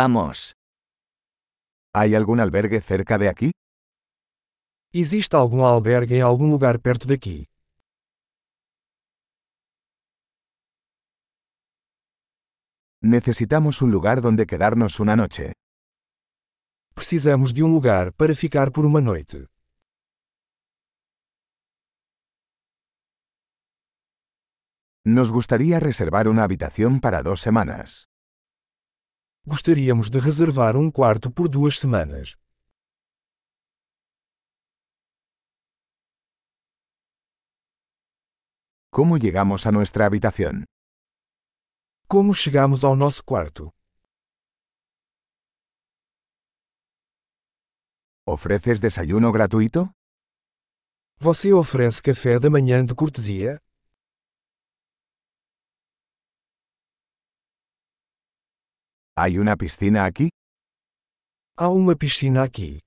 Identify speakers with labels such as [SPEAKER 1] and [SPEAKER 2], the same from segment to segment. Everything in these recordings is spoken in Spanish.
[SPEAKER 1] Vamos.
[SPEAKER 2] ¿Hay algún albergue cerca de aquí?
[SPEAKER 3] Existe algum albergue em algum lugar perto daqui?
[SPEAKER 2] Necesitamos un lugar donde quedarnos una noche.
[SPEAKER 3] Precisamos de um lugar para ficar por uma noite.
[SPEAKER 2] Nos gustaría reservar una habitación para dos semanas.
[SPEAKER 3] Gostaríamos de reservar um quarto por duas semanas.
[SPEAKER 2] ¿Cómo llegamos a nuestra habitación?
[SPEAKER 3] Como chegamos ao nosso quarto?
[SPEAKER 2] ¿Ofreces desayuno gratuito?
[SPEAKER 3] Você oferece café da manhã de cortesia?
[SPEAKER 2] ¿Hay una piscina aquí?
[SPEAKER 3] Há uma piscina aqui.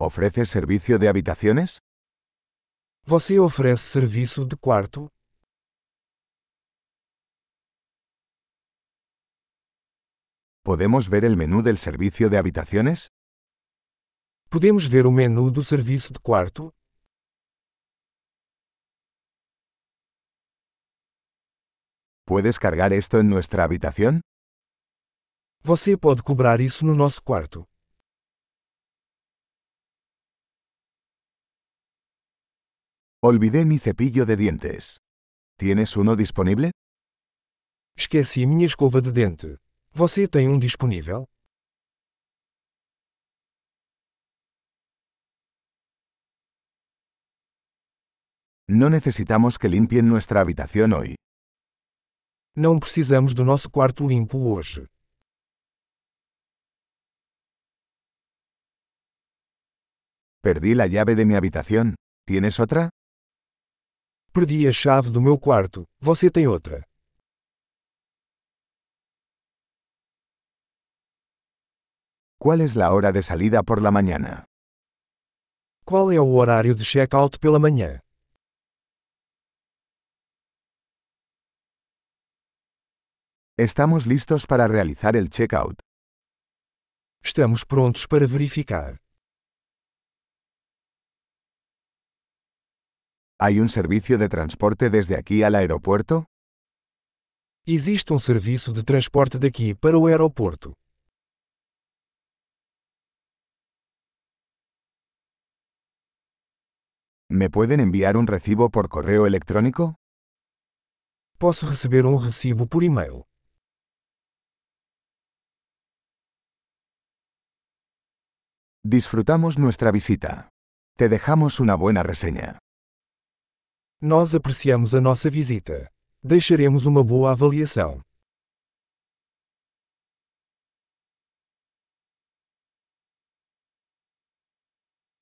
[SPEAKER 2] ¿Ofreces servicio de habitaciones?
[SPEAKER 3] Você oferece serviço de quarto?
[SPEAKER 2] ¿Podemos ver el menú del servicio de habitaciones?
[SPEAKER 3] Podemos ver o menu do serviço de quarto?
[SPEAKER 2] ¿Puedes cargar esto en nuestra habitación?
[SPEAKER 3] Você pode cobrar isso no nosso quarto.
[SPEAKER 2] Olvidé mi cepillo de dientes. ¿Tienes uno disponible?
[SPEAKER 3] Esqueci minha escova de dente. Você tem um disponível?
[SPEAKER 2] No necesitamos que limpien nuestra habitación hoy.
[SPEAKER 3] Não precisamos do nosso quarto limpo hoje.
[SPEAKER 2] Perdí la llave de mi habitación. ¿Tienes otra?
[SPEAKER 3] Perdi a chave do meu quarto. Você tem outra?
[SPEAKER 2] ¿Cuál es la hora de salida por la mañana?
[SPEAKER 3] Qual é o horário de check-out pela manhã?
[SPEAKER 2] Estamos listos para realizar el checkout.
[SPEAKER 3] Estamos prontos para verificar.
[SPEAKER 2] ¿Hay un servicio de transporte desde aquí al aeropuerto?
[SPEAKER 3] Existe um serviço de transporte daqui para o aeroporto.
[SPEAKER 2] ¿Me pueden enviar un recibo por correo electrónico?
[SPEAKER 3] Posso receber um recibo por e-mail.
[SPEAKER 2] Disfrutamos nuestra visita. Te dejamos una buena reseña.
[SPEAKER 3] Nós apreciamos a nossa visita. Deixaremos uma boa avaliação.